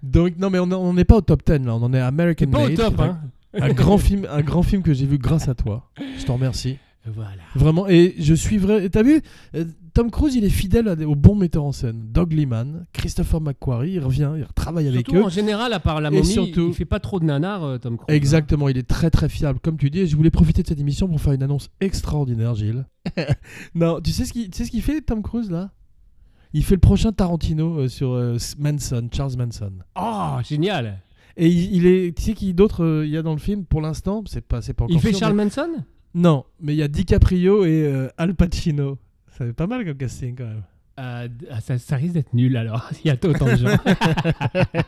[SPEAKER 1] Donc non, mais on on n'est pas au top 10 là, on en est à American
[SPEAKER 2] T'es pas au
[SPEAKER 1] Made,
[SPEAKER 2] top,
[SPEAKER 1] qui est
[SPEAKER 2] hein
[SPEAKER 1] un,
[SPEAKER 2] *laughs*
[SPEAKER 1] un grand film, un grand film que j'ai vu grâce à toi. Je t'en remercie.
[SPEAKER 2] Voilà.
[SPEAKER 1] Vraiment, et je suivrai. et T'as vu, euh, Tom Cruise, il est fidèle à des- aux bons metteurs en scène. Doug Liman, Christopher McQuarrie, il revient, il travaille avec
[SPEAKER 2] Surtout,
[SPEAKER 1] eux.
[SPEAKER 2] en général, à part la
[SPEAKER 1] Et
[SPEAKER 2] momie,
[SPEAKER 1] surtout-
[SPEAKER 2] il fait pas trop de nanars, euh, Tom Cruise.
[SPEAKER 1] Exactement, il est très très fiable, comme tu dis. Et je voulais profiter de cette émission pour faire une annonce extraordinaire,
[SPEAKER 2] *laughs*
[SPEAKER 1] Gilles. non, tu sais ce qu'il tu sais ce qu'il fait, Tom Cruise, là Il fait le prochain Tarantino euh, sur euh, Manson, Charles Manson.
[SPEAKER 2] Oh, génial.
[SPEAKER 1] Et il, il est. Tu sais qui d'autre euh, il y a dans le film Pour l'instant, c'est pas, c'est pas encore
[SPEAKER 2] Il fait
[SPEAKER 1] sûr,
[SPEAKER 2] Charles
[SPEAKER 1] mais-
[SPEAKER 2] Manson
[SPEAKER 1] Non, mais il y a DiCaprio et euh, Al Pacino. Ça fait pas mal comme casting, quand même.
[SPEAKER 2] Euh, d- ah, ça, ça risque d'être nul alors. *laughs* Il y a autant de gens. Ah.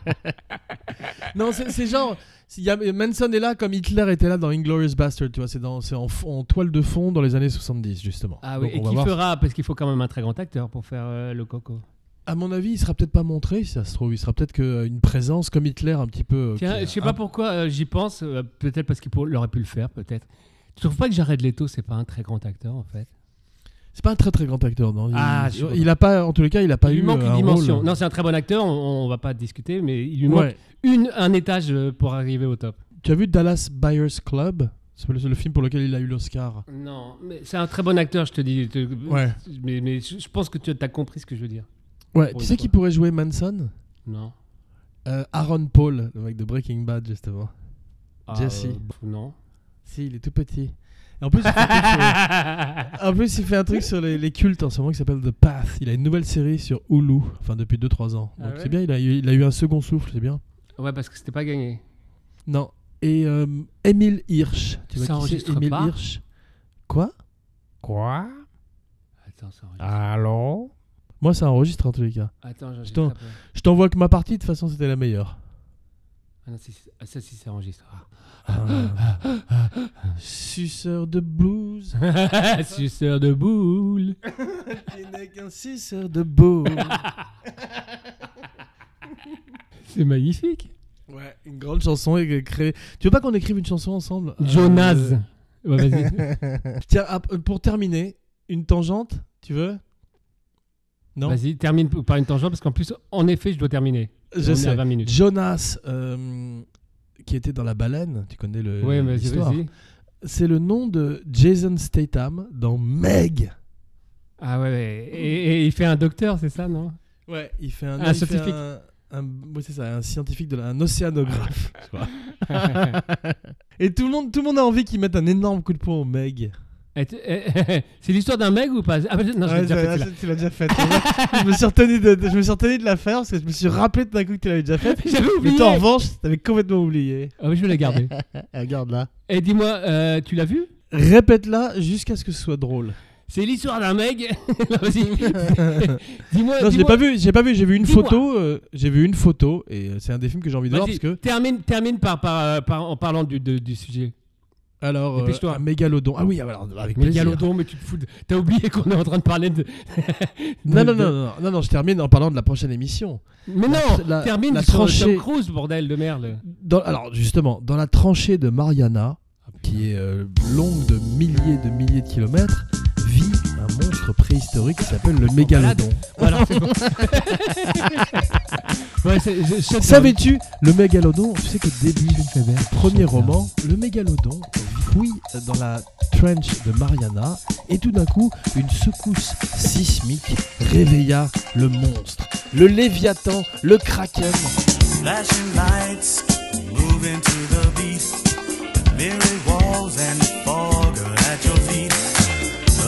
[SPEAKER 1] non, c'est c'est genre. s'il y a- Manson est là comme Hitler était là dans Inglorious Bastard, tu vois. C'est dans- c'est en, f- en toile de fond dans les années 70, justement.
[SPEAKER 2] Ah oui,
[SPEAKER 1] Donc,
[SPEAKER 2] et
[SPEAKER 1] on va
[SPEAKER 2] qui
[SPEAKER 1] voir
[SPEAKER 2] fera Parce qu'il faut quand même un très grand acteur pour faire euh, le coco.
[SPEAKER 1] À mon avis, il sera peut-être pas montré, si ça se trouve. Il sera peut-être qu'une présence comme Hitler, un petit peu. euh,
[SPEAKER 2] Tiens,
[SPEAKER 1] qui-
[SPEAKER 2] je sais
[SPEAKER 1] un-
[SPEAKER 2] pas pourquoi euh, j'y pense, euh, peut-être parce qu'il pour- il aurait pu le faire, peut-être. Tu trouves pas que Jared Leto, c'est pas un très grand acteur en fait
[SPEAKER 1] C'est pas un très très grand acteur, non. Il,
[SPEAKER 2] Ah, je sais pas.
[SPEAKER 1] il a pas, en tous les cas, il a pas
[SPEAKER 2] Il lui
[SPEAKER 1] eu
[SPEAKER 2] manque
[SPEAKER 1] euh,
[SPEAKER 2] une
[SPEAKER 1] un
[SPEAKER 2] dimension.
[SPEAKER 1] rôle.
[SPEAKER 2] Non, c'est un très bon acteur, on, on va pas discuter, mais il lui manque
[SPEAKER 1] Ouais.
[SPEAKER 2] une, un étage euh, pour arriver au top.
[SPEAKER 1] Tu as vu Dallas Buyers Club C'est le, le film pour lequel il a eu l'Oscar.
[SPEAKER 2] Non, mais c'est un très bon acteur, je te dis. te-
[SPEAKER 1] Ouais.
[SPEAKER 2] Mais, mais je je pense que tu as compris ce que je veux dire.
[SPEAKER 1] Ouais.
[SPEAKER 2] Pour
[SPEAKER 1] Tu sais
[SPEAKER 2] une fois.
[SPEAKER 1] qui pourrait jouer Manson
[SPEAKER 2] Non.
[SPEAKER 1] Euh, Aaron Paul, le mec de Breaking Bad, justement.
[SPEAKER 2] Ah,
[SPEAKER 1] Jesse.
[SPEAKER 2] euh, pff, non.
[SPEAKER 1] Si, il est tout petit. Et en plus, il fait un truc
[SPEAKER 2] *laughs*
[SPEAKER 1] sur- En plus, il fait un truc sur les, les cultes en ce moment qui s'appelle The Path. Il a une nouvelle série sur Hulu, enfin depuis 2-3 ans.
[SPEAKER 2] Ah
[SPEAKER 1] Donc
[SPEAKER 2] ouais
[SPEAKER 1] c'est bien, il a, eu- il a eu un second souffle, c'est bien.
[SPEAKER 2] ouais, parce que c'était pas gagné.
[SPEAKER 1] Non. Et euh, Émile Hirsch. Tu vois
[SPEAKER 2] Ça
[SPEAKER 1] qui c'est,
[SPEAKER 2] enregistre
[SPEAKER 1] Émile
[SPEAKER 2] pas
[SPEAKER 1] Hirsch Quoi
[SPEAKER 3] Quoi
[SPEAKER 2] Attends, ça enregistre.
[SPEAKER 3] Allô
[SPEAKER 1] Moi, ça enregistre en tous les cas.
[SPEAKER 2] Attends, j'enregistre
[SPEAKER 1] Ah. Putain.
[SPEAKER 2] après.
[SPEAKER 1] Je t'envoie que ma partie, de toute façon, c'était
[SPEAKER 3] *laughs*
[SPEAKER 1] la meilleure.
[SPEAKER 2] Ah non, si, si- ah, ça, si, ça
[SPEAKER 1] *laughs*
[SPEAKER 2] enregistre. *laughs* Ah.
[SPEAKER 1] suceur de blues.
[SPEAKER 2] Suceur de boule.
[SPEAKER 1] Il n'est qu'un suceur de blues.
[SPEAKER 2] C'est magnifique.
[SPEAKER 1] Ouais, une grande chanson et créer. Tu veux pas qu'on écrive une chanson ensemble Euh,
[SPEAKER 2] Jonas. Ouais, vas-y.
[SPEAKER 1] Tiens, ah, pour terminer, une tangente, tu veux *laughs* Non
[SPEAKER 2] Vas-y, termine p- par une tangente parce qu'en plus, en effet, je dois terminer.
[SPEAKER 1] Je
[SPEAKER 2] On est à
[SPEAKER 1] sais.
[SPEAKER 2] 20 minutes.
[SPEAKER 1] Jonas, euh, qui était dans la baleine, tu connais le.
[SPEAKER 2] Ouais, vas-y,
[SPEAKER 1] l'histoire.
[SPEAKER 2] vas-y.
[SPEAKER 1] C'est le nom de Jason Statham dans Meg.
[SPEAKER 2] Ah ouais, ouais. Et, et il fait un docteur, c'est ça,
[SPEAKER 1] *laughs*
[SPEAKER 2] non
[SPEAKER 1] Ouais, il fait un.
[SPEAKER 2] Un
[SPEAKER 1] il fait
[SPEAKER 2] scientifique.
[SPEAKER 1] un- un- oui, c'est ça, un scientifique, de la- un océanographe. je
[SPEAKER 2] *laughs*
[SPEAKER 1] crois. Et tout le, monde, tout le monde a envie qu'il mette un énorme coup de poing au Meg.
[SPEAKER 2] Et *laughs* tu- C'est l'histoire d'un mec ou pas Ah, bah, non, je l'ai
[SPEAKER 1] Ouais,
[SPEAKER 2] déjà
[SPEAKER 1] ça-
[SPEAKER 2] fait,
[SPEAKER 1] ah,
[SPEAKER 2] celle-là.
[SPEAKER 1] ça, tu l'as déjà fait. je, me suis retenu de, de- je me suis retenu de la faire parce que je me suis rappelé tout d'un coup que tu l'avais déjà fait.
[SPEAKER 2] *laughs* J'avais
[SPEAKER 1] Mais
[SPEAKER 2] oublié.
[SPEAKER 1] toi, en revanche, t'avais complètement oublié.
[SPEAKER 2] Ah, mais je vais
[SPEAKER 1] *laughs*
[SPEAKER 2] la garder.
[SPEAKER 4] Eh, Regarde là.
[SPEAKER 2] Et dis-moi, euh, tu l'as vu
[SPEAKER 1] Répète-la jusqu'à ce que ce soit drôle.
[SPEAKER 2] C'est l'histoire d'un mec. *laughs* non, vas-y.
[SPEAKER 1] *laughs*
[SPEAKER 2] dis-moi.
[SPEAKER 1] Non, je l'ai
[SPEAKER 2] dis-moi.
[SPEAKER 1] pas vu. J'ai pas vu. J'ai vu une
[SPEAKER 2] Dis-moi.
[SPEAKER 1] photo. euh, j'ai vu une photo et euh, c'est un des films que j'ai envie de voir
[SPEAKER 2] Vas-y,
[SPEAKER 1] parce que
[SPEAKER 2] termine, termine par, par, euh, par- en parlant du, de- du sujet.
[SPEAKER 1] alors euh,
[SPEAKER 2] Dépêche-toi.
[SPEAKER 1] un mégalodon. Ah oui, alors avec plaisir.
[SPEAKER 2] Mégalodon, mais tu te fous. de- T'as oublié qu'on est en train de parler de.
[SPEAKER 1] Non,
[SPEAKER 2] de-
[SPEAKER 1] non, non, non, non, non, je termine en parlant de la prochaine émission. La-
[SPEAKER 2] Mais non,
[SPEAKER 1] la-
[SPEAKER 2] termine
[SPEAKER 1] la
[SPEAKER 2] sur
[SPEAKER 1] tranchée.
[SPEAKER 2] Tom Cruise, bordel de merde.
[SPEAKER 1] Dans- alors justement, dans la tranchée de Mariana, qui est euh, longue de milliers de milliers de kilomètres, vit un monstre préhistorique qui s'appelle le mégalodon.
[SPEAKER 2] Voilà, c'est
[SPEAKER 1] *laughs*
[SPEAKER 2] bon. *laughs* ouais, c'est, je- je-
[SPEAKER 1] Savais-tu, le mégalodon, tu sais que début du premier roman, le mégalodon fouille dans la trench de Mariana et tout d'un coup, une secousse sismique réveilla le monstre, le léviathan, le kraken.
[SPEAKER 5] Flashing lights, moving to the beat. Leery walls and fog are at your feet.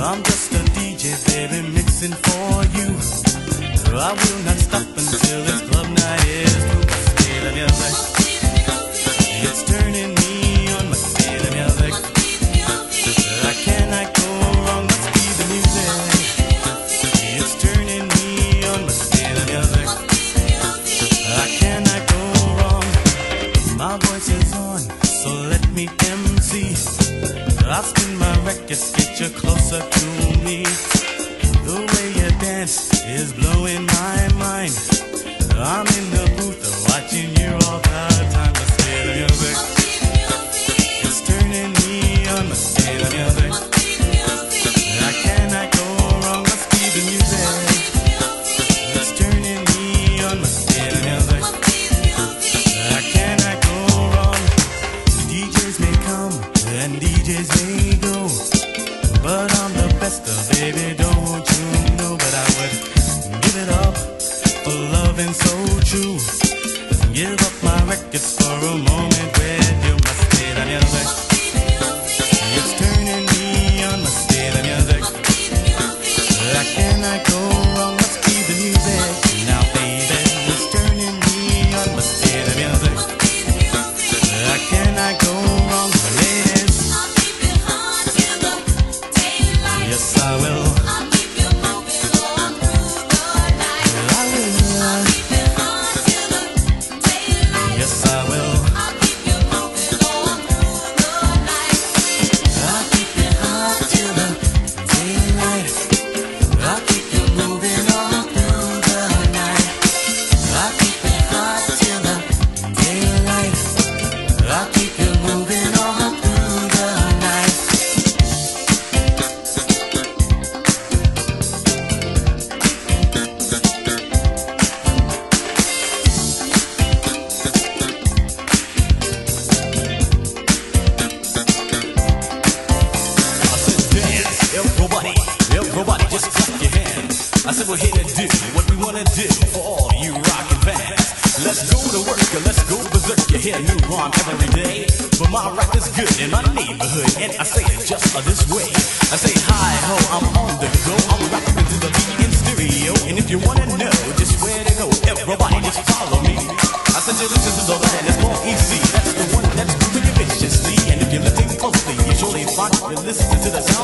[SPEAKER 5] I'm just a DJ, baby, mixing for you. I will not stop until this club night is through. Feel the music. It's turning me on. Must be the music. I cannot go wrong. Must be the music. It's turning me on. Must be the music. I cannot go wrong. My voice is on, so let me MC. I'll spin my records, get you closer to me. The way you dance is blowing my mind. I'm in the booth, watching you all the time. Let's hear the music. It's turning me on. Let's hear the music. I cannot go wrong. Let's keep the music. It's turning me on. Let's hear the music. I cannot go wrong. DJs may come and DJs may go, but I'm the best of baby. Don't you know? But I would give it up for loving so true. Give up my records for a moment with you. Must hear the music. It's turning me on. Must hear the music. I cannot go wrong. Must keep the music now, baby. It's turning me on. Must hear the music. I cannot go wrong, ladies. Yes, I will. I will. Yes, I will. I'll keep you hot till the daylight. I'll keep you moving all through the night. I'll keep you hot till the daylight. I'll keep you moving all through the night. I said dance, everybody, everybody just clap your hands. I said we're here to do what we wanna do for all you rockin' fans. Let's go to work and let's go berserk. You hear a new rhyme every day, but my rap is good in my neighborhood, and I say it just this way. I say hi ho, I'm on the go, I'm rapping to the beat in stereo, and if you wanna know just where to go, everybody just follow me. I said you listen to the land, it's more easy. That's the one that's moving viciously, and if you listen closely, you surely find you listen to the sound.